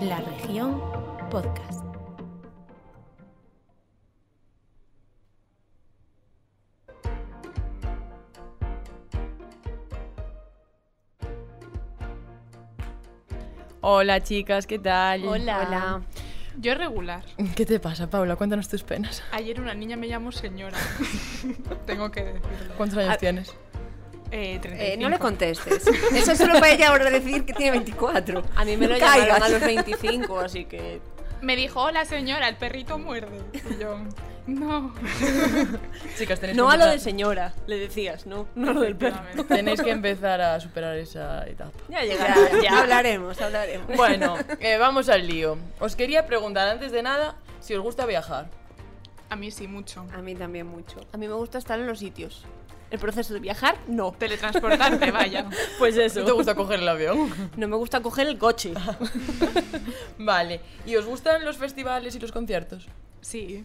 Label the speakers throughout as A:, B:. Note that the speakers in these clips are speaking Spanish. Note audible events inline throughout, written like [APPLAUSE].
A: La región podcast.
B: Hola chicas, ¿qué tal?
A: Hola.
C: Yo regular.
B: ¿Qué te pasa, Paula? Cuéntanos tus [LAUGHS] penas.
C: Ayer una niña me llamó señora. [LAUGHS] Tengo que decirlo.
B: ¿Cuántos años tienes?
C: Eh,
D: Eh,
C: 35.
D: no le contestes. Eso es solo para ella ahora decir que tiene 24.
E: A mí me lo
D: No caigas.
E: llamaron a los 25, así que...
C: [LAUGHS] Me dijo, hola señora, el perrito muerde. Y yo, no.
B: Chicas, tenéis
E: No
B: que
E: a lo de
B: empezar-
E: señora, le decías, no, [LAUGHS] no a lo del perro.
B: Tenéis que empezar a superar esa etapa.
E: [LAUGHS] Ya
D: Ya,
E: llegará, ya.
D: ya hablaremos, hablaremos.
B: Bueno, eh, vamos al lío. Os quería preguntar antes de nada si os gusta viajar.
C: A mí sí, mucho.
D: A mí también mucho.
E: A mí me gusta estar en los sitios. El proceso de viajar, no. [LAUGHS]
C: Teletransportarte, vaya.
E: Pues
B: ¿No te gusta coger el avión?
E: [LAUGHS] No me gusta coger el coche.
B: Vale. ¿Y os gustan los festivales y los conciertos?
C: Sí.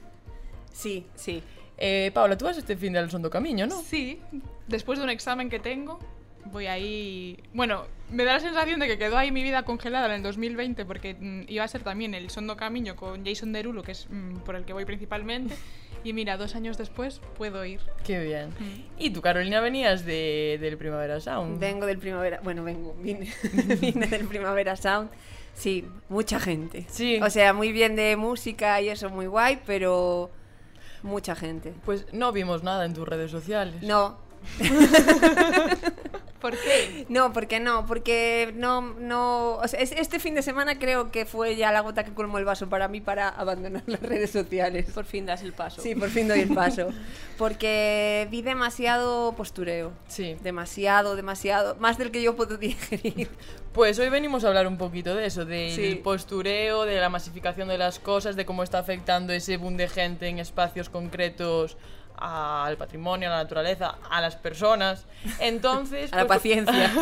E: Sí, sí.
B: Eh, Paula, tú vas este fin de al Sondo Camino, ¿no?
C: Sí. Después de un examen que tengo, voy ahí. Bueno, me da la sensación de que quedó ahí mi vida congelada en el 2020 porque mm, iba a ser también el Sondo Camino con Jason Derulo, que es mm, por el que voy
E: [LAUGHS]
C: principalmente. Y mira, dos años después puedo ir.
B: Qué bien.
E: Mm.
B: ¿Y tú, Carolina, venías de, del Primavera Sound?
D: Vengo del primavera. Bueno, vengo, vine, [LAUGHS] vine del primavera sound. Sí, mucha gente.
B: Sí.
D: O sea, muy bien de música y eso, muy guay, pero mucha gente.
B: Pues no vimos nada en tus redes sociales.
D: No, [LAUGHS]
C: ¿Por qué?
D: no, porque no, porque no, no. O sea, es- este fin de semana creo que fue ya la gota que colmó el vaso para mí para abandonar las redes sociales.
E: Por fin das el paso.
D: Sí, por fin doy el paso. Porque vi demasiado postureo.
B: Sí.
D: Demasiado, demasiado. Más del que yo puedo
E: [LAUGHS]
D: digerir.
B: Pues hoy venimos a hablar un poquito de eso, del
D: Sí.
B: postureo, de la masificación de las cosas, de cómo está afectando ese boom de gente en espacios concretos al patrimonio, a la naturaleza, a las personas. Entonces,
D: [LAUGHS] A la
B: pues,
D: paciencia.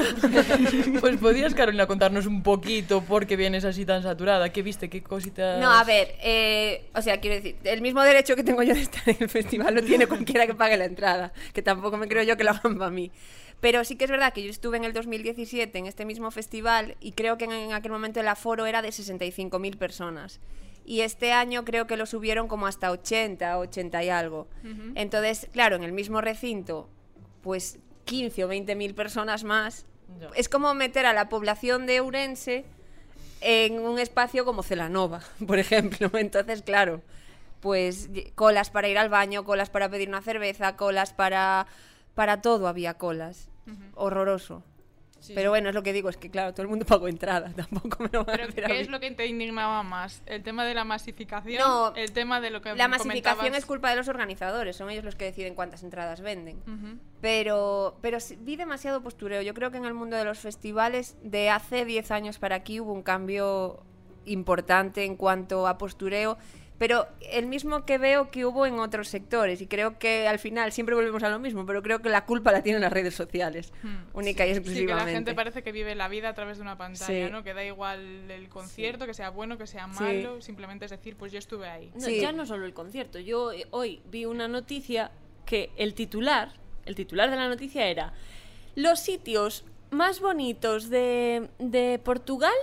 B: [LAUGHS] pues podías, Carolina, contarnos un poquito por qué vienes así tan saturada, qué viste, qué cositas...
D: No, a ver, eh, o sea, quiero decir, el mismo derecho que tengo yo de estar en el festival lo tiene cualquiera que pague la entrada, que tampoco me creo yo que lo hagan para mí. Pero sí que es verdad que yo estuve en el 2017 en este mismo festival y creo que en, en aquel momento el aforo era de 65.000 personas. Y este año creo que lo subieron como hasta 80, 80 y algo. Entonces, claro, en el mismo recinto, pues 15 o 20.000 personas más.
B: Ya.
D: Es como meter a la población de Urense en un espacio como Celanova, [LAUGHS] por ejemplo. Entonces, claro, pues y- colas para ir al baño, colas para pedir una cerveza, colas para... Para todo había colas. Horroroso.
B: Sí,
D: Pero bueno, es lo que digo, es que claro, todo el mundo pagó entrada, [LAUGHS] tampoco me lo van a
C: Pero,
D: hacer a
C: ¿Qué es
D: mí.
C: lo que te indignaba más? ¿El tema de la masificación?
D: No,
C: el tema de lo que
D: La masificación
C: comentabas?
D: es culpa de los organizadores, son ellos los que deciden cuántas entradas venden.
C: Ujú.
D: Pero, pero sí- vi demasiado postureo. Yo creo que en el mundo de los festivales de hace 10 años para aquí hubo un cambio importante en cuanto a postureo, pero el mismo que veo que hubo en otros sectores. Y creo que al final siempre volvemos a lo mismo, pero creo que la culpa la tienen las redes sociales,
C: Hmm.
D: única y
C: Sí, que la
D: exclusivamente.
C: gente parece que vive la vida a través de una pantalla,
D: Sí.
C: ¿no? Que da igual el concierto, que sea bueno, que sea malo, simplemente es decir, pues yo estuve ahí.
E: No,
D: Sí.
E: Ya no solo el concierto. Yo eh, hoy vi una noticia que el titular, el titular de la noticia era los sitios más bonitos de, de Portugal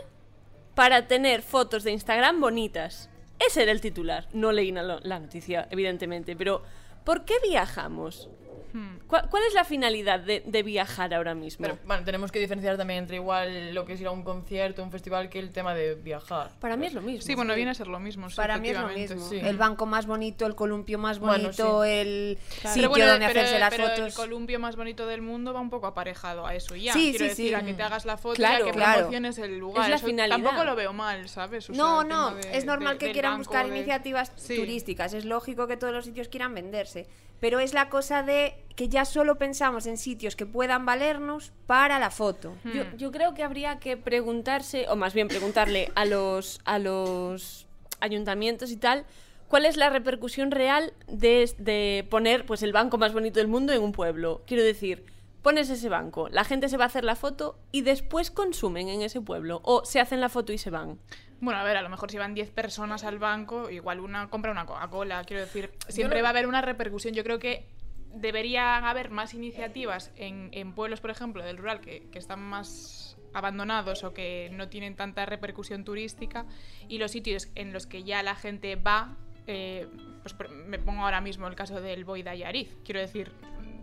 E: para tener fotos de Instagram bonitas. Ese era el titular. No leí na- lo- la noticia, evidentemente, pero ¿por qué viajamos?
D: Mm.
C: Hmm.
E: ¿Cuál, cuál es la finalidad de, de viajar ahora mismo?
B: Pero, bueno, tenemos que diferenciar también entre igual lo que es ir a un concierto, un festival, que el tema de viajar.
E: para mí es lo mismo.
C: Sí, bueno, viene a ser lo mismo. sí,
D: Para mí es lo
C: efectivamente,
D: mismo.
B: sí.
D: El banco más bonito, el columpio más
B: Bueno,
D: bonito,
B: sí.
D: el sitio
C: Claro. Pero bueno,
D: donde
C: pero-
D: hacerse las
C: pero el
D: fotos.
C: columpio más bonito del mundo va un poco aparejado a eso ya.
D: Sí,
C: Quiero
D: sí,
C: decir,
D: sí.
C: a que te hagas la foto y
D: Claro,
C: a que
D: claro.
C: promociones el lugar.
E: Es la
C: Eso
E: finalidad.
C: Tampoco lo veo mal, ¿sabes? O sea,
D: No,
C: el tema
D: no,
C: de-
D: es normal
C: de-
D: que
C: del
D: quieran
C: banco,
D: buscar
C: de-
D: iniciativas
C: Sí.
D: turísticas, es lógico que todos los sitios quieran venderse, pero es la cosa de que ya solo pensamos en sitios que puedan valernos para la foto.
E: Yo,
C: Hmm.
E: yo creo que habría que preguntarse, o más bien preguntarle a los, a los ayuntamientos y tal, cuál es la repercusión real de, es- de poner pues, el banco más bonito del mundo en un pueblo. Quiero decir, pones ese banco, la gente se va a hacer la foto y después consumen en ese pueblo, o se hacen la foto y se van.
C: Bueno, a ver, a lo mejor si van 10 personas al banco, igual una compra una Coca-Cola, quiero decir, siempre va a haber una repercusión. Yo creo que deberían haber más iniciativas en, en pueblos, por ejemplo, del rural, que, que están más abandonados o que no tienen tanta repercusión turística y los sitios en los que ya la gente va, eh, pues por- me pongo ahora mismo el caso del Boida y Ariz, quiero decir,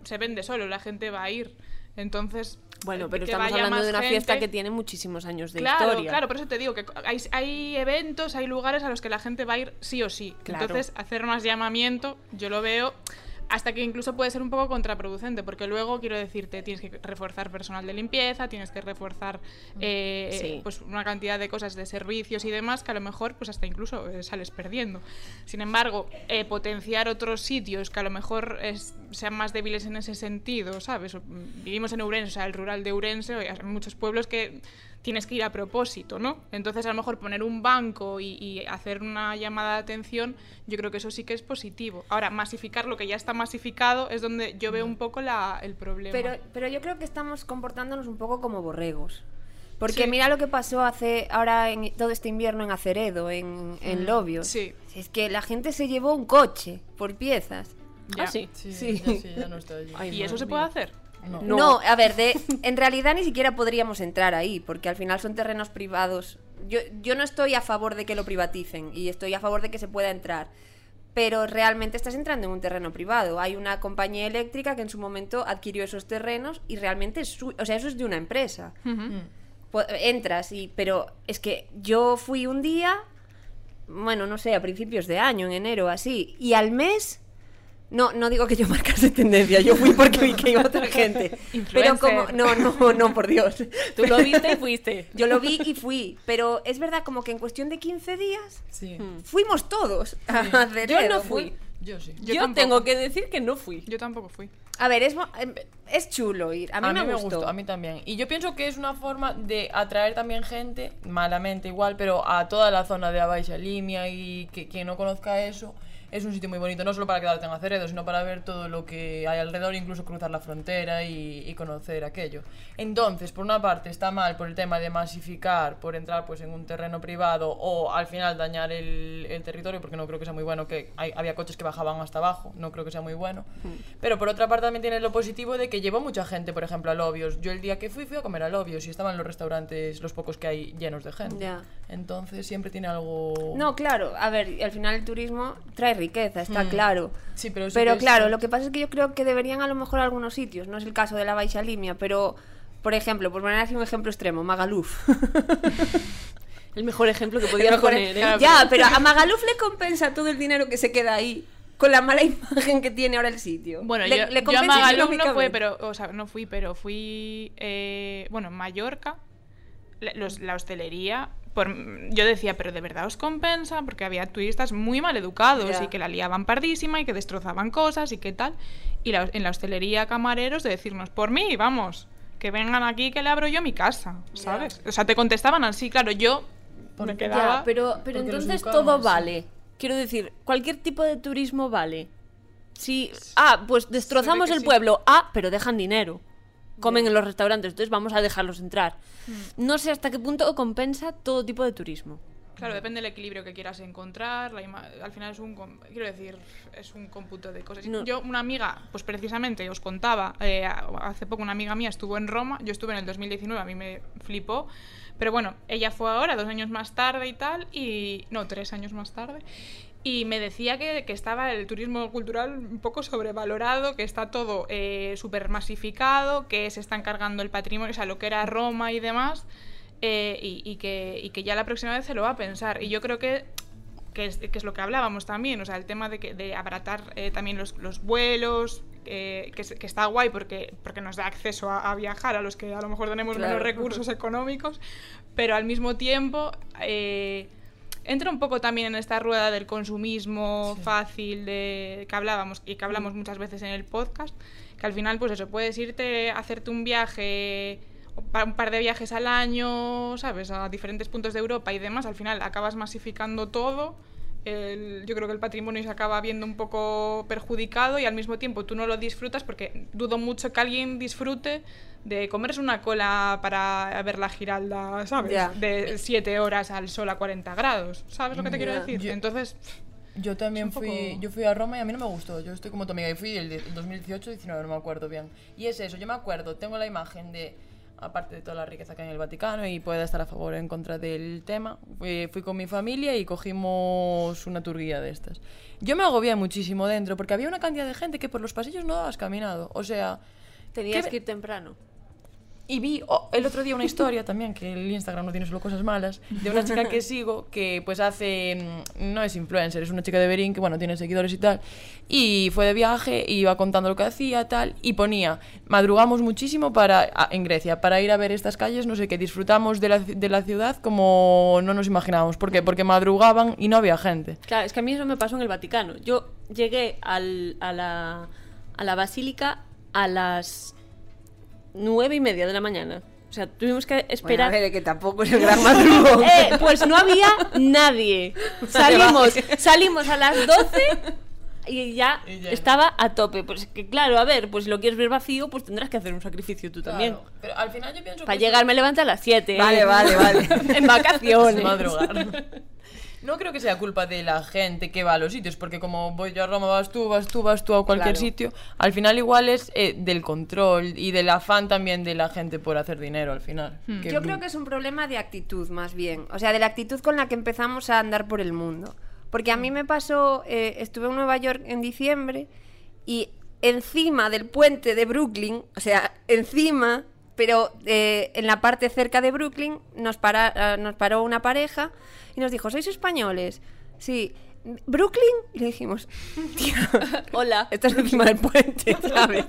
C: se vende solo, la gente va a ir. Entonces,
E: Bueno,
C: eh,
E: pero
C: que
E: estamos
C: vaya
E: hablando
C: más
E: de una fiesta
C: gente-
E: que tiene muchísimos años de
C: claro,
E: historia.
C: Claro, por eso te digo que hay, hay eventos, hay lugares a los que la gente va a ir sí o sí.
E: Claro.
C: Entonces, hacer más llamamiento, yo lo veo hasta que incluso puede ser un poco contraproducente, porque luego, quiero decirte, tienes que reforzar personal de limpieza, tienes que reforzar eh,
E: Mm, Sí.
C: pues una cantidad de cosas de servicios y demás que a lo mejor pues hasta incluso eh, sales perdiendo. Sin embargo, eh, potenciar otros sitios que a lo mejor es- sean más débiles en ese sentido, ¿sabes? O, mm, Vivimos en Ourense, o sea, el rural de Ourense, o hay muchos pueblos que tienes que ir a propósito, ¿no? Entonces, a lo mejor poner un banco y, y hacer una llamada de atención, yo creo que eso sí que es positivo. Ahora, masificar lo que ya está masificado es donde yo veo un poco la- el problema.
D: Pero, pero yo creo que estamos comportándonos un poco como borregos. Porque
C: Sí.
D: mira lo que pasó hace ahora en, todo este invierno en Aceredo, en, en Lobios.
C: Mm, sí.
D: Es que la gente se llevó un coche por piezas.
C: Ya.
E: Ah, sí.
B: Sí,
D: Sí.
B: Ya, sí, ya no está
D: [LAUGHS]
B: allí.
E: Ay,
C: ¿Y eso
E: madre
C: se puede
E: mía.
C: hacer?
B: No.
D: No, a ver, de, en realidad ni siquiera podríamos entrar ahí, porque al final son terrenos privados. Yo, yo no estoy a favor de que lo privaticen y estoy a favor de que se pueda entrar. Pero realmente estás entrando en un terreno privado. Hay una compañía eléctrica que en su momento adquirió esos terrenos y realmente es su- o sea, eso es de una empresa.
C: Ujú.
B: Mm.
D: Po- Pues, Entras y pero es que yo fui un día, bueno, no sé, a principios de año, en enero así, y al mes no, no digo que yo [LAUGHS] marcase tendencia, yo fui porque vi que iba otra gente. Pero
C: Influencer.
D: como no, no, no, por Dios.
E: Tú lo viste y fuiste.
D: [LAUGHS] Yo lo vi y fui, pero es verdad como que en cuestión de 15 días
B: Sí.
D: fuimos todos a hacer
E: Yo
D: dedo.
E: no fui.
B: Yo sí.
C: Yo
E: Yo,
C: tampoco.
E: tengo que decir que no fui.
C: Yo tampoco fui.
D: A ver, es, mo- em, es chulo ir. A mí, me, gustó.
B: a mí también. Y yo pienso que es una forma de atraer también gente, malamente igual, pero a toda la zona de la Baixa Limia y que quien no conozca eso, es un sitio muy bonito, no solo para quedarte en Aceredo, sino para ver todo lo que hay alrededor, incluso cruzar la frontera y, y conocer aquello. Entonces, por una parte está mal por el tema de masificar, por entrar pues en un terreno privado o al final dañar el, el territorio, porque no creo que sea muy bueno, que hay- había coches que bajaban hasta abajo, no creo que sea muy bueno.
D: Mm.
B: Pero por otra parte también tiene lo positivo de que llevó mucha gente, por ejemplo, a Lobios. Yo el día que fui fui a comer a Lobios y estaban los restaurantes, los pocos que hay, llenos de gente.
D: Ya.
B: Entonces siempre tiene algo...
D: No, claro, a ver, al final el turismo trae riqueza, está claro.
B: Sí, pero sí que
D: Pero
B: es-
D: claro, lo que pasa es que yo creo que deberían a lo mejor algunos sitios, no es el caso de la Baixa Limia, pero por ejemplo, por poner así un ejemplo extremo, Magaluf.
E: El mejor ejemplo
D: [LAUGHS]
E: que podía
D: Mejor-
E: poner. ¿eh?
D: Ya, pero a Magaluf le compensa todo el dinero que se queda ahí con la mala [LAUGHS] imagen que tiene ahora el sitio.
C: Bueno,
D: le,
C: yo,
D: le
C: yo a
D: compensa
C: Magaluf no fui,
D: económicamente.
C: pero, o sea, no fui, pero fui, eh, bueno, en Mallorca, la, los- la hostelería, por, yo decía, pero de verdad os compensa, porque había turistas muy mal educados
D: Ya.
C: y que la liaban pardísima y que destrozaban cosas y qué tal. Y la- en la hostelería camareros de decirnos, por mí, vamos, que vengan aquí que le abro yo mi casa, ¿sabes? O sea, te contestaban así, claro, yo
B: Por-
C: me
B: Ya,
C: quedaba...
E: pero, pero
B: porque los
E: entonces
B: educaban,
E: todo
B: sí.
E: vale. Quiero decir, cualquier tipo de turismo vale. Si, ah, pues destrozamos
C: que
E: el
C: sí.
E: pueblo. Ah, pero dejan dinero. Comen en los restaurantes, entonces vamos a dejarlos entrar. No sé hasta qué punto compensa todo tipo de turismo.
C: Claro, depende del equilibrio que quieras encontrar. la ima- al final es un, com- quiero decir, es un cómputo de cosas.
E: No.
C: Yo, una amiga, pues precisamente os contaba, eh, a- hace poco una amiga mía estuvo en Roma, yo estuve en el 2019, a mí me flipó. Pero bueno, ella fue ahora, dos años más tarde y tal, y. No, tres años más tarde. Y me decía que, que estaba el turismo cultural un poco sobrevalorado, que está todo eh, súper masificado, que se está encargando el patrimonio, o sea, lo que era Roma y demás, eh, y, y que, y que ya la próxima vez se lo va a pensar. Y yo creo que, que, es, que es lo que hablábamos también, o sea, el tema de, que, de abaratar eh, también los, los vuelos. eh, que, es- que está guay porque, porque nos da acceso a, a viajar a los que a lo mejor tenemos menos
D: Claro.
C: recursos económicos, pero al mismo tiempo eh, entra un poco también en esta rueda del consumismo fácil de, que hablábamos y que hablamos muchas veces en el podcast, que al final pues eso, puedes irte, hacerte un viaje, o pa- un par de viajes al año, ¿sabes? A diferentes puntos de Europa y demás, al final acabas masificando todo. el- yo creo que el patrimonio se acaba viendo un poco perjudicado y al mismo tiempo tú no lo disfrutas porque dudo mucho que alguien disfrute de comerse una cola para ver la giralda, ¿sabes?
D: Ya.
C: de 7 horas al sol a 40 grados. ¿Sabes lo que te quiero
D: Ya.
C: decir?
B: Yo-
C: Entonces,
B: Yo también
C: Es un
B: fui,
C: poco-
B: yo fui a Roma y a mí no me gustó. Yo estoy como tu amiga y fui el de- el 2018, 19, no me acuerdo bien. Y es eso, yo me acuerdo, tengo la imagen de aparte de toda la riqueza que hay en el Vaticano y pueda estar a favor o en contra del tema. Fui, fui con mi familia y cogimos una turguía de estas. Yo me agobié muchísimo dentro porque había una cantidad de gente que por los pasillos no dabas caminado. O sea,
E: Tenías
B: ¿Qué-
E: que ir temprano.
B: y vi oh, el otro día una historia también, que el Instagram no tiene solo cosas malas, de una chica que sigo que pues hace, mm, no es influencer, es una chica de Berín que bueno, tiene seguidores y tal, y fue de viaje, iba contando lo que hacía, tal, y ponía, madrugamos muchísimo para, a- en Grecia, para ir a ver estas calles, no sé qué, disfrutamos de la, ci- de la ciudad como no nos imaginábamos, ¿por qué? Porque madrugaban y no había gente.
E: Claro, es que a mí eso me pasó en el Vaticano. Yo llegué al- a, la, a la basílica a las nueve y media de la mañana. O sea, tuvimos que
D: Bueno, a
E: esperar.
D: ver, que tampoco es el [LAUGHS] gran madrugón.
E: Eh, pues no había
D: [LAUGHS]
E: nadie. Salimos, salimos a las 12 y ya,
C: [LAUGHS]
B: Y ya no.
E: estaba a tope. Pues que claro, a ver, pues si lo quieres ver vacío, pues tendrás que hacer un sacrificio tú también.
B: Claro, pero al final yo pienso
E: Para
B: que-
E: llegar me levanto a las ¿eh? 7.
D: Eh, Vale, vale, vale.
E: En vacaciones.
B: Madrugar. No creo que sea culpa de la gente que va a los sitios, porque como voy yo a Roma, vas tú, vas tú, vas tú a cualquier
D: Claro.
B: sitio, al final igual es eh, del control y del afán también de la gente por hacer dinero al final.
D: Hmm. Yo creo que es un problema de actitud, más bien. O sea, de la actitud con la que empezamos a andar por el mundo. Porque a mí me pasó, eh, estuve en Nueva York en diciembre y encima del puente de Brooklyn, o sea, encima, pero eh, en la parte cerca de Brooklyn, nos, para- ah, nos paró una pareja y nos dijo, ¿sois españoles? Sí. ¿Brooklyn? Y le dijimos, "Tía,
E: [LAUGHS]
D: [LAUGHS]
E: Hola.
D: esto es encima del puente, ¿sabes?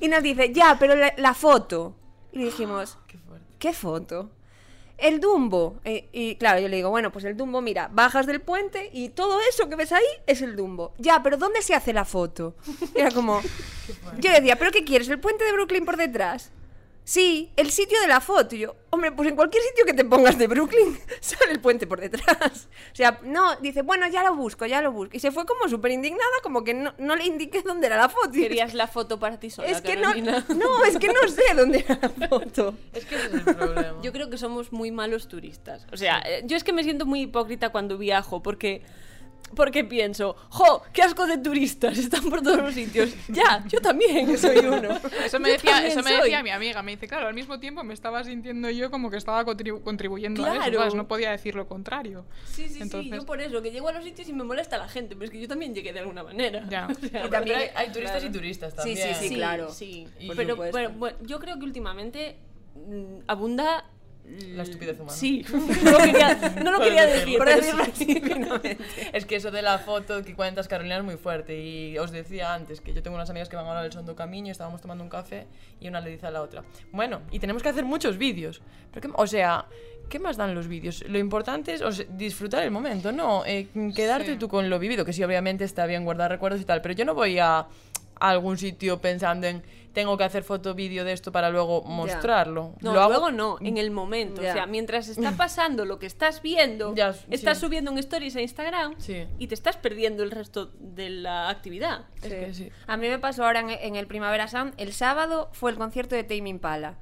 D: Y nos dice, ya, pero la, la foto. Y le dijimos,
B: Qué fuerte.
D: ¿Qué foto? El Dumbo. Eh, y claro, yo le digo, bueno, pues el Dumbo, mira, bajas del puente y todo eso que ves ahí es el Dumbo. Ya, pero ¿dónde se hace la foto? Era
E: [LAUGHS]
D: como... Yo le decía, ¿pero qué quieres? ¿El puente de Brooklyn por detrás? Sí, el sitio de la foto. Y yo, hombre, pues en cualquier sitio que te pongas de Brooklyn, [LAUGHS] sale el puente por detrás. O sea, no, dice, bueno, ya lo busco, ya lo busco. Y se fue como súper indignada, como que no, no le indiqué dónde era la foto. Y yo,
E: Querías la foto para ti sola.
D: es que no,
E: Carolina.
D: no, es que no sé dónde era la foto.
B: Es que ese es el [LAUGHS] problema.
E: [LAUGHS] Yo creo que somos muy malos turistas. O sea, eh, yo es que me siento muy hipócrita cuando viajo porque porque pienso, "Jo, qué asco de turistas, [LAUGHS] están por todos los sitios." ya,
C: [LAUGHS]
E: yo también soy uno.
C: Eso me
E: Yo
C: decía,
E: también
C: eso me
E: soy.
C: decía mi amiga, me dice, claro, al mismo tiempo me estaba sintiendo yo como que estaba contribu- contribuyendo a eso,
E: Claro.
C: ¿sabes? no podía decir lo contrario.
E: Sí, sí,
C: Entonces-
E: sí, yo por eso que llego a los sitios y me molesta la gente, pero es que yo también llegué de alguna manera.
C: [LAUGHS]
E: [LAUGHS]
C: Ya.
E: O sea,
B: Pero
D: también-
B: hay, hay turistas
D: claro.
B: y turistas
D: Sí,
B: también.
D: sí, claro.
E: Sí,
B: Y- por
E: pero
D: supuesto.
E: bueno, bueno, yo creo que últimamente mm, abunda
B: La estupidez humana.
E: Sí,
B: [LAUGHS]
E: no lo quería, no lo
B: Por
E: quería
B: decirlo.
E: decir,
D: Por
E: pero
D: decirlo
E: sí.
D: así,
B: [LAUGHS]
D: finalmente.
B: Es que eso de la foto que cuentas, Carolina, es muy fuerte. Y os decía antes que yo tengo unas amigas que van ahora al Sondo Camino y estábamos tomando un café y una le dice a la otra, bueno, y tenemos que hacer muchos vídeos. Pero qué- o sea, ¿qué más dan los vídeos? Lo importante es o sea, disfrutar el momento, ¿no? Eh, quedarte
C: Sí.
B: tú con lo vivido, que sí, obviamente está bien guardar recuerdos y tal, pero yo no voy a, a algún sitio pensando en, tengo que hacer foto, vídeo de esto para luego mostrarlo.
E: No,
B: Lo hago-
E: luego no, en el momento.
D: Ya.
E: O sea,
B: [LAUGHS]
E: mientras está pasando lo que estás viendo,
B: Ya,
E: estás
B: sí.
E: subiendo un stories a Instagram
B: Sí.
E: y te estás perdiendo el resto de la actividad.
B: Es que sí.
D: eh, A mí me pasó ahora en, en el Primavera Sound, el sábado fue el concierto de Tame Impala,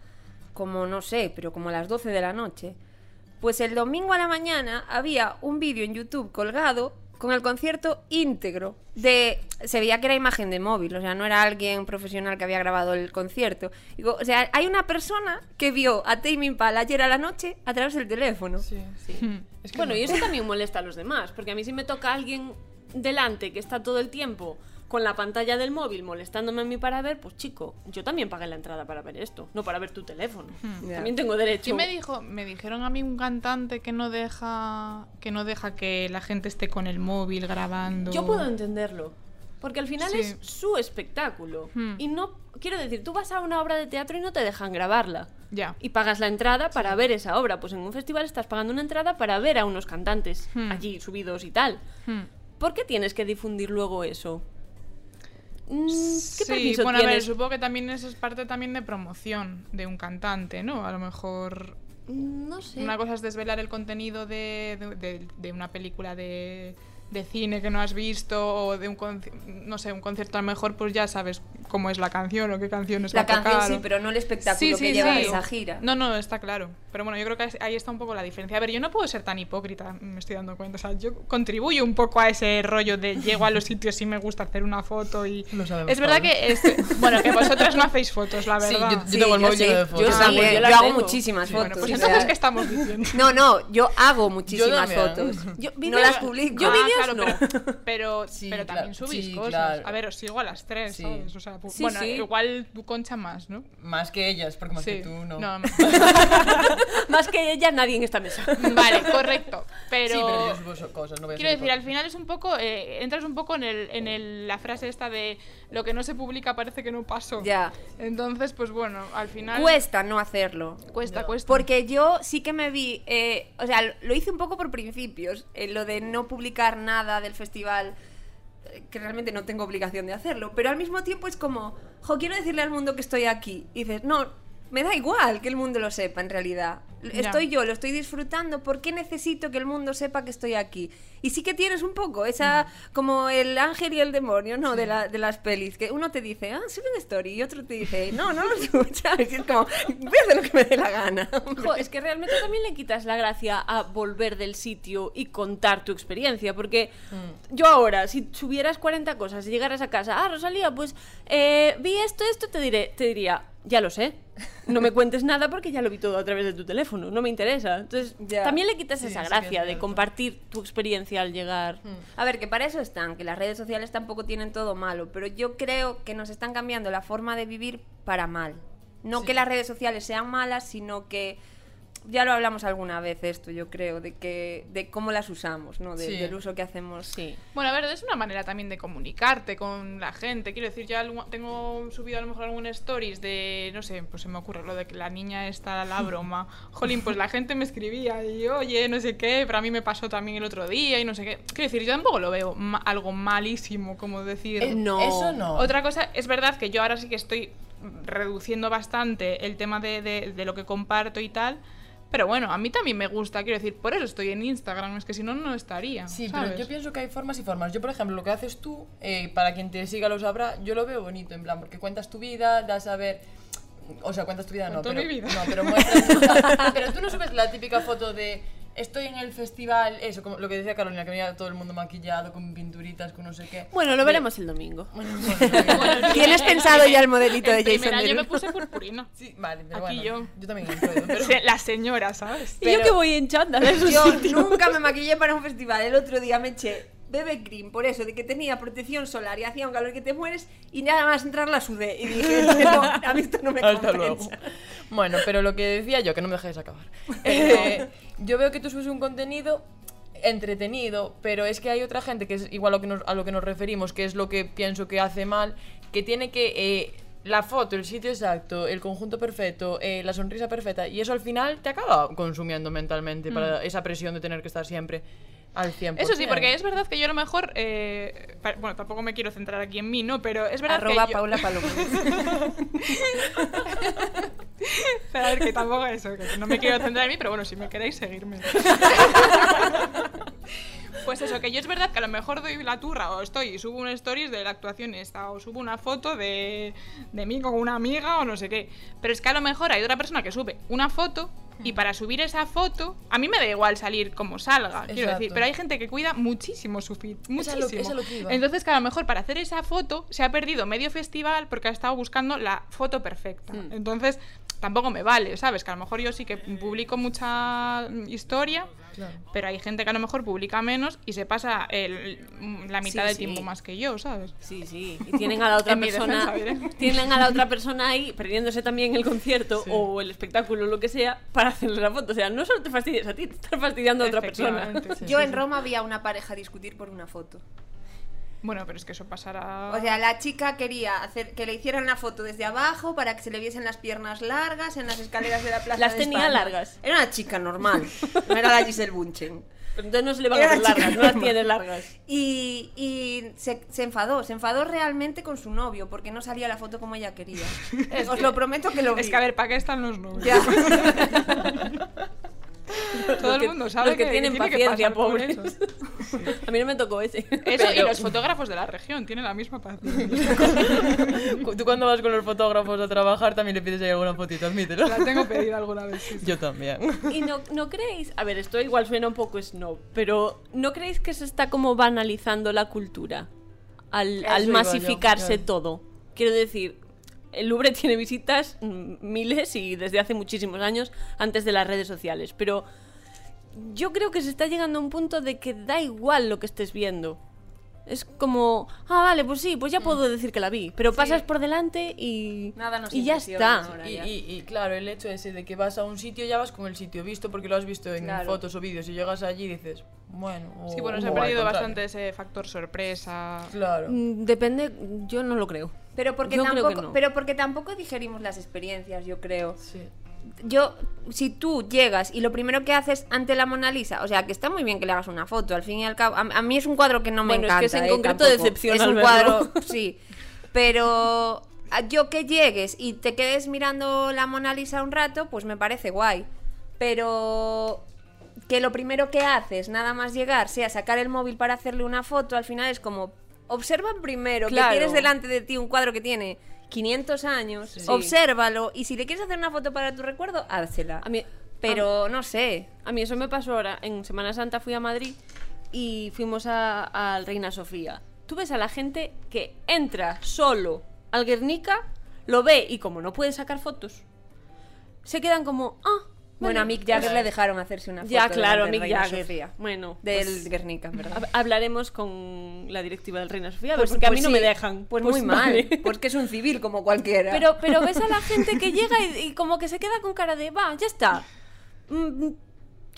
D: como no sé, pero como a las 12 de la noche. Pues el domingo a la mañana había un vídeo en YouTube colgado con el concierto íntegro de se veía que era imagen de móvil, o sea, no era alguien profesional que había grabado el concierto. Digo, o sea, hay una persona que vio a Tame Impala ayer a la noche a través del teléfono.
B: Sí. Es que
E: bueno,
B: no.
E: y eso también molesta a los demás, porque a mí si me toca alguien delante que está todo el tiempo con la pantalla del móvil molestándome a mí para ver, pues chico, yo también pagué la entrada para ver esto, no para ver tu teléfono.
D: Ya.
E: También tengo derecho.
C: ¿Quién me dijo? Me dijeron a mí un cantante que no deja que no deja que la gente esté con el móvil grabando.
E: Yo puedo entenderlo. Porque al final
C: Sí.
E: es su espectáculo.
C: Hmm.
E: Y no. Quiero decir, tú vas a una obra de teatro y no te dejan grabarla.
C: Ya.
E: Y pagas la entrada para ver esa obra. Pues en un festival estás pagando una entrada para ver a unos cantantes
C: Hmm.
E: allí subidos y tal.
C: Hmm.
E: ¿Por qué tienes que difundir luego eso? Mm, ¿Qué
C: Sí,
E: permiso
C: bueno, a ver,
E: tienes?
C: supongo que también eso es parte también de promoción de un cantante, ¿no? A lo mejor
E: Mm, no sé.
C: una cosa es desvelar el contenido de, de- de- de una película de, de cine que no has visto o de un, conci- no sé, un concierto a lo mejor, pues ya sabes cómo es la canción o qué canciones
D: La
C: va a
D: canción
C: tocar,
D: sí,
C: o-
D: pero no el espectáculo
C: Sí,
D: que
C: sí,
D: lleva
C: sí.
D: esa gira.
C: No, no, está claro. Pero bueno, yo creo que es- ahí está un poco la diferencia. A ver, yo no puedo ser tan hipócrita, me estoy dando cuenta. O sea, yo contribuyo un poco a ese rollo de llego a los sitios y me gusta hacer una foto y...
B: Lo sabemos
C: es verdad
B: todos.
C: que... es- bueno, que vosotras no hacéis fotos, la
B: Sí,
C: verdad.
B: yo- yo tengo el móvil
D: sí,
B: lleno de
D: Yo,
B: fotos.
D: sí,
E: Ah, pues yo
D: yo
E: las
D: hago
E: tengo.
D: muchísimas
C: Bueno,
D: fotos.
C: pues
D: o
C: entonces,
D: sea.
C: ¿qué estamos diciendo?
D: No, no, yo hago muchísimas
B: también.
D: fotos.
C: [LAUGHS]
E: Yo
D: no
E: vídeos-
D: las publico.
E: Yo
C: Ah,
E: vídeos
C: claro,
E: no.
C: Pero, [LAUGHS] pero,
B: Sí,
C: pero también
B: claro,
C: subís
B: sí,
C: cosas.
B: claro.
C: A ver, os sigo a las tres,
B: Sí.
C: ¿sabes? O sea, pu-
E: Sí,
C: bueno,
E: sí.
C: igual tu concha más, ¿no?
B: Más que ellas, porque más
C: Sí.
B: que tú no. [LAUGHS]
E: Más que ella, nadie en esta mesa.
C: Vale, correcto.
B: Sí, pero yo subo so- cosas, no voy a
C: Quiero
B: subir
C: decir, al
B: fotos.
C: final es un poco, eh, entras un poco en, el, en el- la frase esta de lo que no se publica parece que no pasó.
D: Ya.
C: Entonces, pues bueno, al final...
D: Cuesta no hacerlo.
C: Cuesta, cuesta.
D: Porque yo sí que me vi, eh, o sea, lo- lo hice un poco por principios, eh, lo de no publicar nada del festival, eh, que realmente no tengo obligación de hacerlo, pero al mismo tiempo es como, jo, quiero decirle al mundo que estoy aquí. Y dices, no, me da igual que el mundo lo sepa en realidad. L-
C: Ya.
D: Estoy yo, lo estoy disfrutando, ¿por qué necesito que el mundo sepa que estoy aquí? Y sí que tienes un poco esa, como el ángel y el demonio, ¿no? De, la- de las pelis, que uno te dice, ah, sube una story, y otro te dice, no, no lo [LAUGHS] subes, ¿sabes? Y es como, voy a hacer lo que me dé la [LAUGHS] gana. hombre".
E: [LAUGHS] Jo, es que realmente también le quitas la gracia a volver del sitio y contar tu experiencia, porque
B: Mm.
E: yo ahora, si subieras 40 cosas y llegaras a casa, ah, Rosalía, pues eh, vi esto, esto, te, diré, te diría, ya lo sé, no me cuentes nada porque ya lo vi todo a través de tu teléfono, no me interesa. Entonces,
D: Ya.
E: también le quitas
B: Sí, sí
E: esa
B: que es
E: gracia de
B: cierto. Mm.
E: compartir tu experiencia al llegar.
D: A ver, que para eso están, que las redes sociales tampoco tienen todo malo, pero yo creo que nos están cambiando la forma de vivir para mal. No que las redes sociales sean malas, sino que ya lo hablamos alguna vez esto, yo creo, de que de cómo las usamos, ¿no? De-
B: Sí.
D: Del uso que hacemos.
E: Sí.
C: Bueno, a ver, es una manera también de comunicarte con la gente. Quiero decir, ya algu- tengo subido a lo mejor algún stories de, no sé, pues se me ocurre lo de que la niña está
B: [LAUGHS]
C: la broma. Jolín, pues la gente me escribía y, oye, no sé qué, pero a mí me pasó también el otro día y no sé qué. Quiero decir, yo tampoco lo veo ma- algo malísimo, como decir...
B: Eh,
E: No.
B: Eso no.
C: Otra cosa, es verdad que yo ahora sí que estoy reduciendo bastante el tema de, de- de lo que comparto y tal. Pero bueno, a mí también me gusta, quiero decir, por eso estoy en Instagram, es que si no, no estaría.
B: Sí,
C: ¿sabes?
B: pero yo pienso que hay formas y formas. Yo, por ejemplo, lo que haces tú, eh, para quien te siga lo sabrá, yo lo veo bonito, en plan, porque cuentas tu vida, das a ver. O sea, cuentas tu vida, no,
C: Cuento
B: pero,
C: mi vida.
B: no, pero
C: [LAUGHS]
B: muestras. pero tú no subes la típica foto de estoy en el festival, eso, como lo que decía Carolina, que venía todo el mundo maquillado, con pinturitas, con no sé qué.
E: Bueno, lo veremos el domingo. [LAUGHS]
C: [LAUGHS]
E: este-
C: Bueno, el
D: ¿Tienes
C: primer-
D: pensado ya el modelito de
C: primer
D: Jason
C: año
D: Derulo?
C: me puse purpurina.
B: Sí, vale, pero
C: Aquí
B: bueno.
C: yo.
B: Yo también puedo,
C: [LAUGHS]
B: pero.
C: Se- [LAUGHS] La señora, ¿sabes?
E: y yo que voy en chándal, eso
D: Yo
E: sí, tío.
D: nunca me maquillé para un festival. El otro día me eché bebé cream por eso, de que tenía protección solar y hacía un calor que te mueres y nada más entrar la sudé. Y dije, no, a mí esto no me
B: Hasta
D: compensa.
B: luego. Bueno, pero lo que decía yo, que no me dejéis
C: [LAUGHS]
B: acabar. Eh, yo veo que tú subes un contenido entretenido, pero es que hay otra gente que es igual a lo que nos, a lo que nos referimos, que es lo que pienso que hace mal, que tiene que eh, la foto, el sitio exacto, el conjunto perfecto, eh, la sonrisa perfecta, y eso al final te acaba consumiendo mentalmente para esa presión de tener que estar siempre al 100%.
C: Mm. Eso sí, porque es verdad que yo a lo mejor. eh, pa- bueno, tampoco me quiero centrar aquí en mí, ¿no? Pero es verdad
D: Arroba
C: que. yo-
D: Paula Paloma.
C: [LAUGHS] A ver, que tampoco eso, que no me quiero centrar en mí, pero bueno, si me queréis, seguirme. [LAUGHS] Pues eso, que yo es verdad que a lo mejor doy la turra o estoy y subo un stories de la actuación esta o subo una foto de, de mí con una amiga o no sé qué. Pero es que a lo mejor hay otra persona que sube una foto y para subir esa foto a mí me da igual salir como salga, quiero
B: Exacto.
C: decir. Pero hay gente que cuida muchísimo su feed,
B: Es a lo-
C: muchísimo.
B: es a lo que iba.
C: Entonces que a lo mejor para hacer esa foto se ha perdido medio festival porque ha estado buscando la foto perfecta. Entonces tampoco me vale, ¿sabes? Que a lo mejor yo sí que publico mucha mm, historia
B: Claro.
C: pero hay gente que a lo mejor publica menos y se pasa el- la mitad
E: Sí,
C: del
E: sí.
C: tiempo más que yo, ¿sabes?
E: Sí, sí. Y
C: [LAUGHS]
E: tienen a la otra
C: En mi
E: persona.
C: defensa, diré.
E: tienen a la otra persona ahí perdiéndose también el concierto o el espectáculo o lo que sea para hacerle la foto. O sea, no solo te fastidias a ti, te estás fastidiando a otra persona.
C: Efectivamente, sí.
D: [LAUGHS] Yo en Roma vi a una pareja discutir por una foto.
C: Bueno, pero es que eso pasará.
D: O sea, la chica quería hacer que le hicieran la foto desde abajo para que se le viesen las piernas largas en las escaleras de la plaza.
E: Las
D: de
E: tenía
D: España.
E: largas.
D: Era una chica normal, no era la Giselle Bunchen.
E: Pero entonces no se le van a
D: Era
E: hacer
D: chica
E: largas, no las
D: normal.
E: tienes largas.
D: Y, y se, se enfadó, se enfadó realmente con su novio porque no salía la foto como ella quería. Os lo prometo que lo vi.
C: Es que a ver, ¿para qué están los novios?
D: Ya.
C: Todo
E: Los
C: el
E: que-
C: mundo sabe
E: los que tienen
C: tiene
E: paciencia,
C: pasar por
E: [LAUGHS] pobres.
C: eso.
E: [LAUGHS] A mí no me tocó ese.
C: Eso, y
B: Pero-
C: los fotógrafos de la región tienen la misma paz.
B: [LAUGHS] Cu- Tú cuando vas con los fotógrafos a trabajar también le pides ahí alguna fotito, admítelo.
C: [LAUGHS] La tengo pedida alguna vez. sí, sí.
B: Yo también.
E: Y no, no creéis, a ver, esto igual suena un poco snob, pero ¿no creéis que se está como banalizando la cultura al,
B: Eso
E: al
B: iba yo,
E: masificarse
B: claro.
E: todo? Quiero decir, el Louvre tiene visitas mm, miles y desde hace muchísimos años antes de las redes sociales, pero yo creo que se está llegando a un punto de que da igual lo que estés viendo. Es como, ah, vale, pues sí, pues ya puedo decir que la vi, pero pasas por delante y,
D: Mm. Nada nos
E: y ya
D: impresiona
E: está.
D: ahora.
B: Y,
D: ya.
B: y- y, claro, el hecho ese de que vas a un sitio ya vas con el sitio visto porque lo has visto en
D: Claro.
B: fotos o vídeos y llegas allí y dices, bueno. o-
C: Sí, bueno,
B: o
C: se ha
B: al
C: perdido
B: contrario.
C: bastante ese factor sorpresa.
B: Claro.
E: Mm, Depende, yo no lo creo.
D: Pero porque,
E: Yo creo que
D: tampoco,
E: no.
D: pero porque tampoco digerimos las experiencias, yo creo.
B: Sí.
D: Yo, si tú llegas y lo primero que haces ante la Mona Lisa, o sea, que está muy bien que le hagas una foto, al fin y al cabo, a, a mí es un cuadro que no me
E: Bueno, es
D: encanta.
E: que es en
D: eh,
E: concreto
D: tampoco.
E: decepciona
D: Es
E: al
D: un
E: verlo.
D: cuadro,
E: [LAUGHS]
D: sí. Pero a- yo que llegues y te quedes mirando la Mona Lisa un rato, pues me parece guay. Pero que lo primero que haces, nada más llegar, sea sacar el móvil para hacerle una foto, al final es como, observa primero
E: Claro.
D: que tienes delante de ti un cuadro que tiene 500 años,
E: Sí.
D: obsérvalo y si le quieres hacer una foto para tu recuerdo, házela.
E: A mí, pero
D: pero no sé.
E: a mí eso me pasó ahora. En Semana Santa fui a Madrid y fuimos a- al Reina Sofía. Tú ves a la gente que entra solo al Guernica, lo ve y como no puede sacar fotos, se quedan como, ah,
D: Bueno, a
E: vale".
D: Mick Jagger le dejaron hacerse una foto.
E: eh, Ya, claro, a
D: delante
E: Mick
D: del Reina
E: Jagger.
D: Sofía.
E: Bueno,
D: del
E: pues-
D: Guernica, ¿verdad?
E: [LAUGHS] Hab- Hablaremos con la directiva del Reina Sofía, a ver,
D: Pues-
E: porque a mí
D: pues
E: no me
D: sí,
E: dejan.
D: Pues, muy
E: [LAUGHS] vale.
D: mal, porque es un civil como cualquiera.
E: Pero, pero ves a la gente que llega y, y como que se queda con cara de, va, ya está. Mm,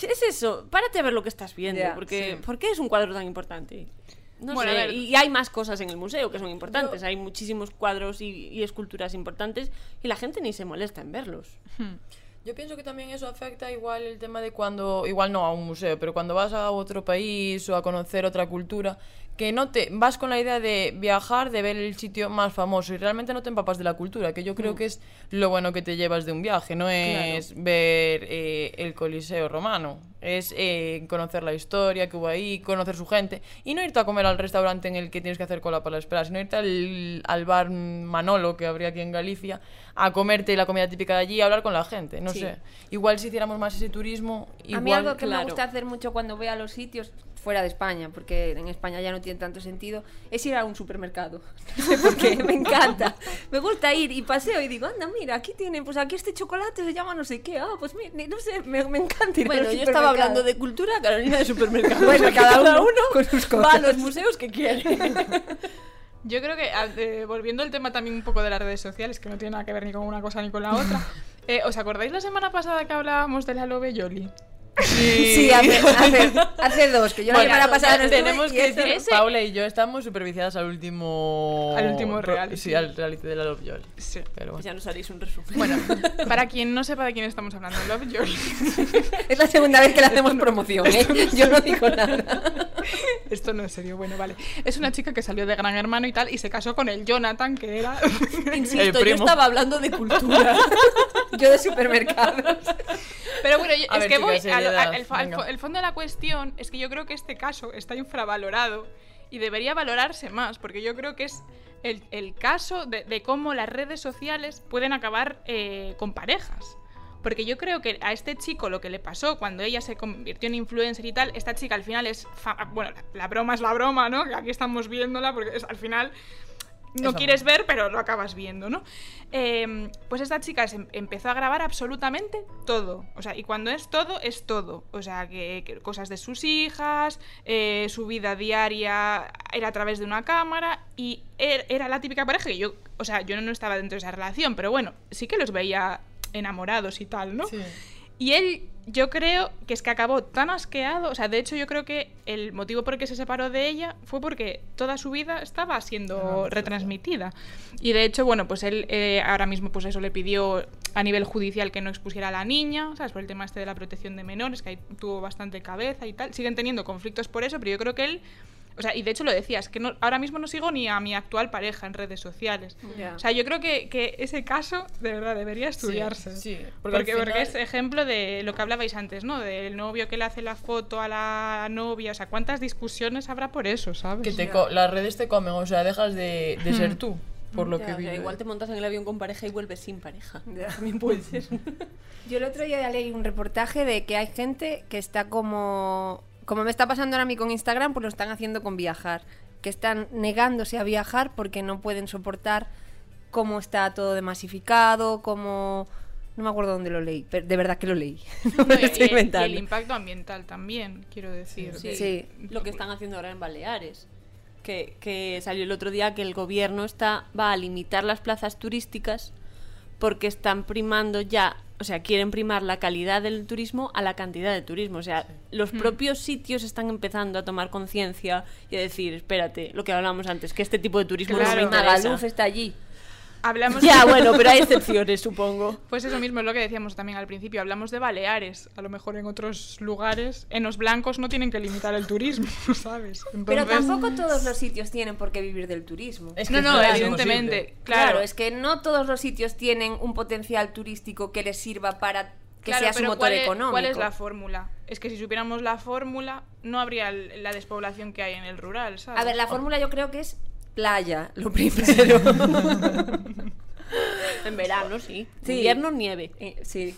E: es eso, párate a ver lo que estás viendo,
D: Ya,
E: porque
B: sí.
E: ¿por qué es un cuadro tan importante? No
C: Bueno,
E: sé,
C: a ver.
E: y hay más cosas en el museo que son importantes, hay muchísimos cuadros y, y esculturas importantes y la gente ni se molesta en verlos.
C: Hmm.
B: Yo pienso que también eso afecta igual el tema de cuando, igual no a un museo, pero cuando vas a otro país o a conocer otra cultura, que no te vas con la idea de viajar, de ver el sitio más famoso y realmente no te empapas de la cultura, que yo creo
C: Mm.
B: que es lo bueno que te llevas de un viaje, no es ver eh, el Coliseo romano, es eh, conocer la historia que hubo ahí, conocer su gente y no irte a comer al restaurante en el que tienes que hacer cola para esperar, sino irte al, al bar Manolo que habría aquí en Galicia a comerte la comida típica de allí y hablar con la gente, no
E: Sí.
B: sé. Igual si hiciéramos más ese turismo, igual
D: a mí algo que me
E: claro.
D: gusta hacer mucho cuando voy a los sitios fuera de España, porque en España ya no tiene tanto sentido, es ir a un supermercado. [LAUGHS] No sé por qué, me encanta. Me gusta ir y paseo y digo, anda, mira, aquí tienen, pues aquí este chocolate se llama no sé qué, ah, pues mira, no sé, me, me encanta ir a
E: Bueno,
D: los
E: yo
D: supermercados. [LAUGHS]
E: estaba hablando de cultura, Carolina de supermercados.
D: Bueno,
E: Aquí [LAUGHS]
D: cada uno con sus
E: va a
D: cosas.
E: los museos que quiere.
C: Yo creo que, a- eh, volviendo al tema también un poco de las redes sociales, que no tiene nada que ver ni con una cosa ni con la
B: [LAUGHS]
C: otra, eh, ¿os acordáis la semana pasada que hablábamos de la Love Yoli?
D: Sí, hace, hace- hace dos, que yo
B: Bueno,
D: la semana pasada no estuve
B: tenemos
D: y
B: que
D: este-
B: decir, Paula y yo estamos superviciadas al último...
C: Al último
B: pro-
C: reality.
B: Sí, al reality de la Love Jolly.
C: Sí.
B: Pero bueno.
E: Pues ya nos haréis un resumen.
C: Bueno, [LAUGHS] para quien no sepa de quién estamos hablando, Love Yoli.
D: Es la segunda vez que le hacemos promoción, ¿eh? Yo no digo nada.
C: [LAUGHS] Esto no es serio, bueno, vale. Es una chica que salió de Gran Hermano y tal y se casó con el Jonathan, que era.
B: El
E: Insisto, yo
B: primo.
E: estaba hablando de cultura.
D: Yo de supermercados.
C: Pero bueno, yo-
B: A
C: es
B: ver,
C: que
B: chicas,
C: voy. a lo- a-
B: seriedad,
C: el, fo- al fo-
B: venga.
C: el fondo de la cuestión es que yo creo que este caso está infravalorado y debería valorarse más, porque yo creo que es el, el caso de, de cómo las redes sociales pueden acabar eh, con parejas. Porque yo creo que a este chico lo que le pasó cuando ella se convirtió en influencer y tal, esta chica al final es. fa- Bueno, la, la broma es la broma, ¿no? Que Aquí estamos viéndola porque es, al final no
B: Eso.
C: quieres ver, pero lo acabas viendo, ¿no? Eh, pues esta chica se em- empezó a grabar absolutamente todo. O sea, y cuando es todo, es todo. O sea, que, que cosas de sus hijas, eh, su vida diaria era a través de una cámara. Y er- era la típica pareja que yo. O sea, yo no estaba dentro de esa relación, pero bueno, sí que los veía enamorados y tal, ¿no?
B: Sí.
C: Y él, yo creo que es que acabó tan asqueado. O sea, de hecho, yo creo que el motivo por el que se separó de ella fue porque toda su vida estaba
B: Ah,
C: siendo retransmitida. Y de hecho, bueno, pues él eh, ahora mismo, pues eso le pidió a nivel judicial que no expusiera a la niña, ¿sabes? Por el tema este de la protección de menores, que ahí tuvo bastante cabeza y tal. Siguen teniendo conflictos por eso, pero yo creo que él O sea, y de hecho lo decías, que no, ahora mismo no sigo ni a mi actual pareja en redes sociales. O sea, yo creo que, que ese caso, de verdad, debería estudiarse.
B: sí, porque
C: Porque,
B: al
C: porque,
B: final-
C: es ejemplo de lo que hablabais antes, ¿no? Del novio que le hace la foto a la novia. O sea, ¿cuántas discusiones habrá por eso, sabes?
D: Pues
B: Que te co- las redes te comen, o sea, dejas de, de
D: Hmm.
B: ser tú, por lo
E: Ya,
B: que
E: o sea,
B: vi.
E: igual
B: [LAUGHS]
E: te montas en el avión con pareja y vuelves sin pareja.
D: Ya.
E: [LAUGHS] También puede ser.
D: Yo el otro día leí un reportaje de que hay gente que está como. Como me está pasando ahora a mí con Instagram, pues lo están haciendo con viajar. Que están negándose a viajar porque no pueden soportar cómo está todo de masificado, cómo. No me acuerdo dónde lo leí, pero de verdad que lo leí. [LAUGHS] No me
C: No,
D: lo estoy
C: y- y
D: inventando.
C: el impacto ambiental también, quiero decir.
D: Sí.
C: que-
D: Sí.
E: Lo que están haciendo ahora en Baleares. Que, que salió el otro día que el gobierno está va a limitar las plazas turísticas porque están primando ya, o sea, quieren primar la calidad del turismo a la cantidad de turismo. O sea, los propios sitios están empezando a tomar conciencia y a decir, espérate, lo que hablábamos antes, que este tipo de turismo
C: Claro.
E: no me
D: Magaluf
E: interesa.
D: está allí. [LAUGHS]
C: Hablamos
E: [LAUGHS] Ya, bueno, pero hay excepciones, supongo.
C: Pues eso mismo es lo que decíamos también al principio. Hablamos de Baleares. A lo mejor en otros lugares, en los blancos no tienen que limitar el turismo, [LAUGHS] ¿sabes?
D: Pero
C: Entonces-
D: tampoco todos los sitios tienen por qué vivir del turismo.
B: Es que
C: No,
B: es
C: no,
B: verdad, es
C: evidentemente.
B: imposible.
D: Claro.
C: Claro,
D: es que no todos los sitios tienen un potencial turístico que les sirva para que
C: Claro,
D: sea su
C: pero
D: motor
C: ¿cuál es,
D: económico.
C: ¿Cuál es la fórmula? Es que si supiéramos la fórmula, no habría el- la despoblación que hay en el rural, ¿sabes?
D: A ver, la fórmula yo creo que es playa, lo [LAUGHS]
C: [LAUGHS]
D: primero.
E: En verano, sí.
D: Sí.
E: Invierno, nieve.
D: Eh, sí.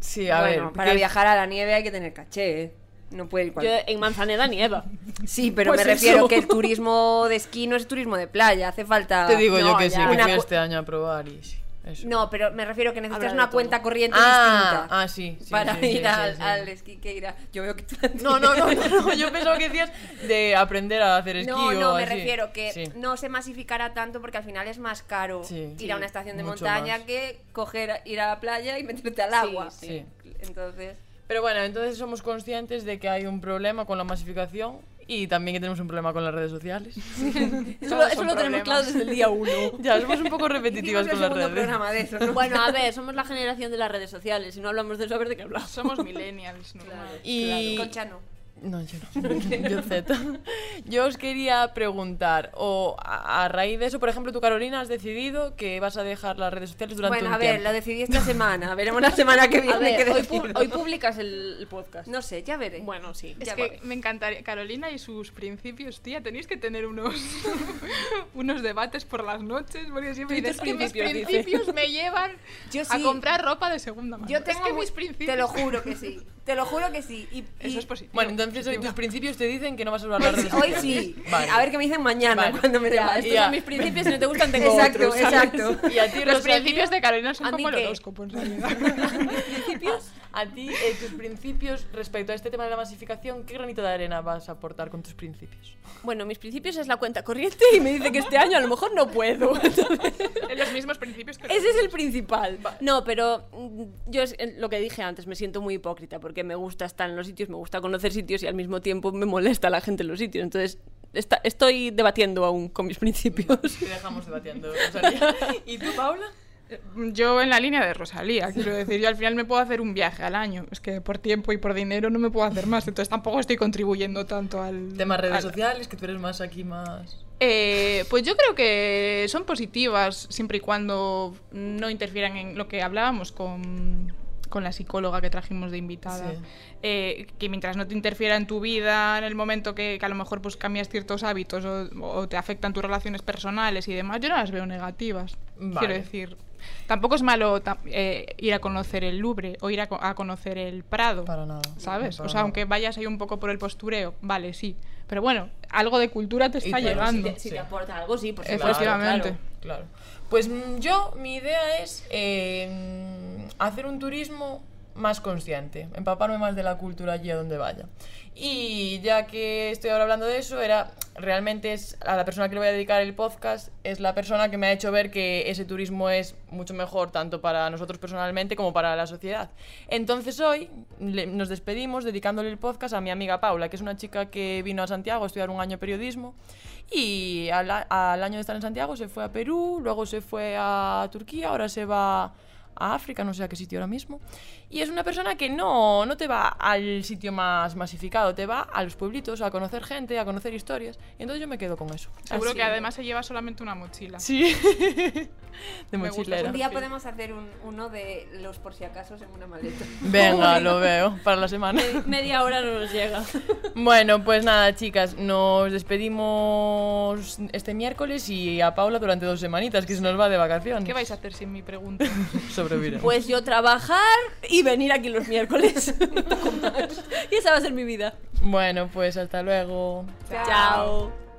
B: Sí, a
D: Bueno,
B: ver.
D: para
B: que-
D: viajar a la nieve hay que tener caché, ¿eh? No puede ir cual-
E: Yo en Manzaneda nieva.
D: Sí, pero
E: Pues
D: me
E: eso.
D: refiero que
C: [LAUGHS]
D: el turismo de esquí no es turismo de playa, hace falta...
B: Te digo yo
E: No,
B: que
E: ya.
B: sí, que
D: Una
B: fui
D: cu-
B: este año a probar y sí, eso.
D: No, pero me refiero que necesitas
E: Habrá de
D: una
E: todo.
D: cuenta corriente
B: ah,
D: distinta
B: ah, sí. sí,
D: para
B: sí, sí,
D: ir
B: sí,
D: al,
B: sí.
D: al esquí que ir a... Yo veo que tú...
B: No, no, no, no, no,
D: [LAUGHS]
B: yo pensaba que decías de aprender a hacer esquí
D: No,
B: o
D: no, me
B: así.
D: refiero que
B: Sí.
D: no se masificará tanto porque al final es más caro
B: Sí.
D: ir
B: Sí,
D: a una estación de
B: mucho
D: montaña
B: más.
D: que coger, ir a la playa y meterte al
E: Sí,
D: agua.
B: sí.
D: Entonces...
B: Pero bueno, entonces somos conscientes de que hay un problema con la masificación y también que tenemos un problema con las redes sociales.
E: Eso, lo-
C: Todos
E: eso
C: son
E: lo tenemos
C: problemas.
E: claro desde el día uno.
B: [LAUGHS] ya, somos un
D: [LAUGHS]
B: poco
D: Hicimos
B: repetitivas
D: el
B: con las
D: segundo
B: redes.
D: programa de eso, ¿no?
E: Bueno, a ver, somos la generación de las redes sociales. Si no hablamos de eso, a ver de qué hablamos.
C: Somos millennials, normal.
B: [LAUGHS] Y...
D: Concha no.
B: No, yo
D: [LAUGHS]
B: no. yo Z. Yo os quería preguntar, o a, a raíz de eso, por ejemplo, tú, Carolina, has decidido que vas a dejar las redes sociales durante
D: Bueno,
B: un
D: a ver,
B: tiempo.
D: lo decidí esta semana. Veremos la semana que viene.
E: A ver,
D: qué
E: hoy,
D: decido.
E: pu- hoy publicas el, el podcast.
D: No sé, ya veré.
E: Bueno, sí.
C: Es
D: Ya
C: que
D: vale.
C: me encantaría. Carolina y sus principios, tía, tenéis que tener unos, [LAUGHS] unos debates por las noches, porque siempre
E: Tú y
C: dices
E: tus
C: que mis
E: principios", dice.
C: principios me llevan
D: Yo
C: a
D: sí.
C: comprar ropa de segunda mano.
D: Yo tengo
C: es que
D: mu-
C: mis principios.
D: Te lo juro que sí. Te lo juro que sí. Y, y-
C: [LAUGHS] Eso es positivo.
B: Bueno, entonces hoy tus principios te dicen que no vas a usar las redes
D: Hoy
B: sociales.
D: sí.
B: Vale.
D: A ver qué me dicen mañana
B: Vale.
D: cuando me
E: Ya,
D: levanto.
E: estos
B: Ya.
E: son mis principios. Si no te gustan, tengo
D: Exacto,
E: otros. ¿sabes?
D: exacto.
B: [LAUGHS] Y a ti,
C: Los
B: Rosalía,
C: principios de Carolina son
D: ¿a mí
C: como el
D: qué?
C: horóscopo, en realidad.
D: [LAUGHS]
E: principios.
B: a ti, eh, tus principios respecto a este tema de la masificación, ¿qué granito de arena vas a aportar con tus
D: [LAUGHS]
B: principios?
E: Bueno, mis principios es la cuenta corriente y me dice que este año a lo mejor no puedo.
C: Los mismos principios que
E: Ese es el principal. No, pero mm, yo es eh, lo que dije antes, me siento muy hipócrita porque me gusta estar en los sitios, me gusta conocer sitios y al mismo tiempo me molesta la gente en los sitios. Entonces, está- estoy debatiendo aún con mis principios.
B: Te dejamos debatiendo,
D: [LAUGHS]
B: Rosalía. ¿Y tú, Paula?
C: Eh, Yo en la línea de Rosalía, quiero decir, yo al final me puedo hacer un viaje al año. Es que por tiempo y por dinero no me puedo hacer más, entonces tampoco estoy contribuyendo tanto al...
B: Temas redes
C: al-
B: sociales, que tú eres más aquí, más...
C: Eh, pues yo creo que son positivas siempre y cuando no interfieran en lo que hablábamos con, con la psicóloga que trajimos de invitada.
B: Sí.
C: Eh, que mientras no te interfiera en tu vida, en el momento que, que a lo mejor pues cambias ciertos hábitos o, o te afectan tus relaciones personales y demás, yo no las veo negativas.
B: Vale.
C: Quiero decir, tampoco es malo ta- eh, ir a conocer el Louvre o ir a, co- a conocer el Prado.
B: Para nada.
C: ¿Sabes?
B: Para
C: o sea,
B: nada.
C: aunque vayas ahí un poco por el postureo, vale, sí. Pero bueno, algo de cultura te está
B: claro,
C: llegando.
B: sí, sí.
E: aporta algo, sí, por
C: supuesto, Efectivamente.
B: Claro. Pues mm, yo, mi idea es eh, hacer un turismo más consciente, empaparme más de la cultura allí a donde vaya. Y ya que estoy ahora hablando de eso, era realmente es a la persona que le voy a dedicar el podcast es la persona que me ha hecho ver que ese turismo es mucho mejor tanto para nosotros personalmente como para la sociedad. Entonces hoy le- nos despedimos dedicándole el podcast a mi amiga Paula, que es una chica que vino a Santiago a estudiar un año periodismo y al, a- al año de estar en Santiago se fue a Perú, luego se fue a Turquía, ahora se va a África, no sé a qué sitio ahora mismo. Y es una persona que no, no te va al sitio más masificado, te va a los pueblitos, a conocer gente, a conocer historias. Y entonces yo me quedo con eso.
C: Seguro
B: Así.
C: que además se lleva solamente una mochila.
B: Sí. [LAUGHS] De
C: Me gusta
B: mochilera.
D: Un día
C: Sí.
D: podemos hacer un- uno de los por si acaso en una maleta.
B: Venga, lo veo para la
E: [LAUGHS]
B: semana.
E: Media hora no nos llega.
B: Bueno, pues nada, chicas, nos despedimos este miércoles y a Paula durante dos semanitas, que se nos va de vacaciones.
C: ¿Qué vais a hacer sin mi pregunta?
B: Sobrevivir.
E: Pues yo trabajar y venir aquí los miércoles. [LAUGHS] Poco más. y esa va a ser mi vida.
B: Bueno, pues hasta luego.
E: Chao.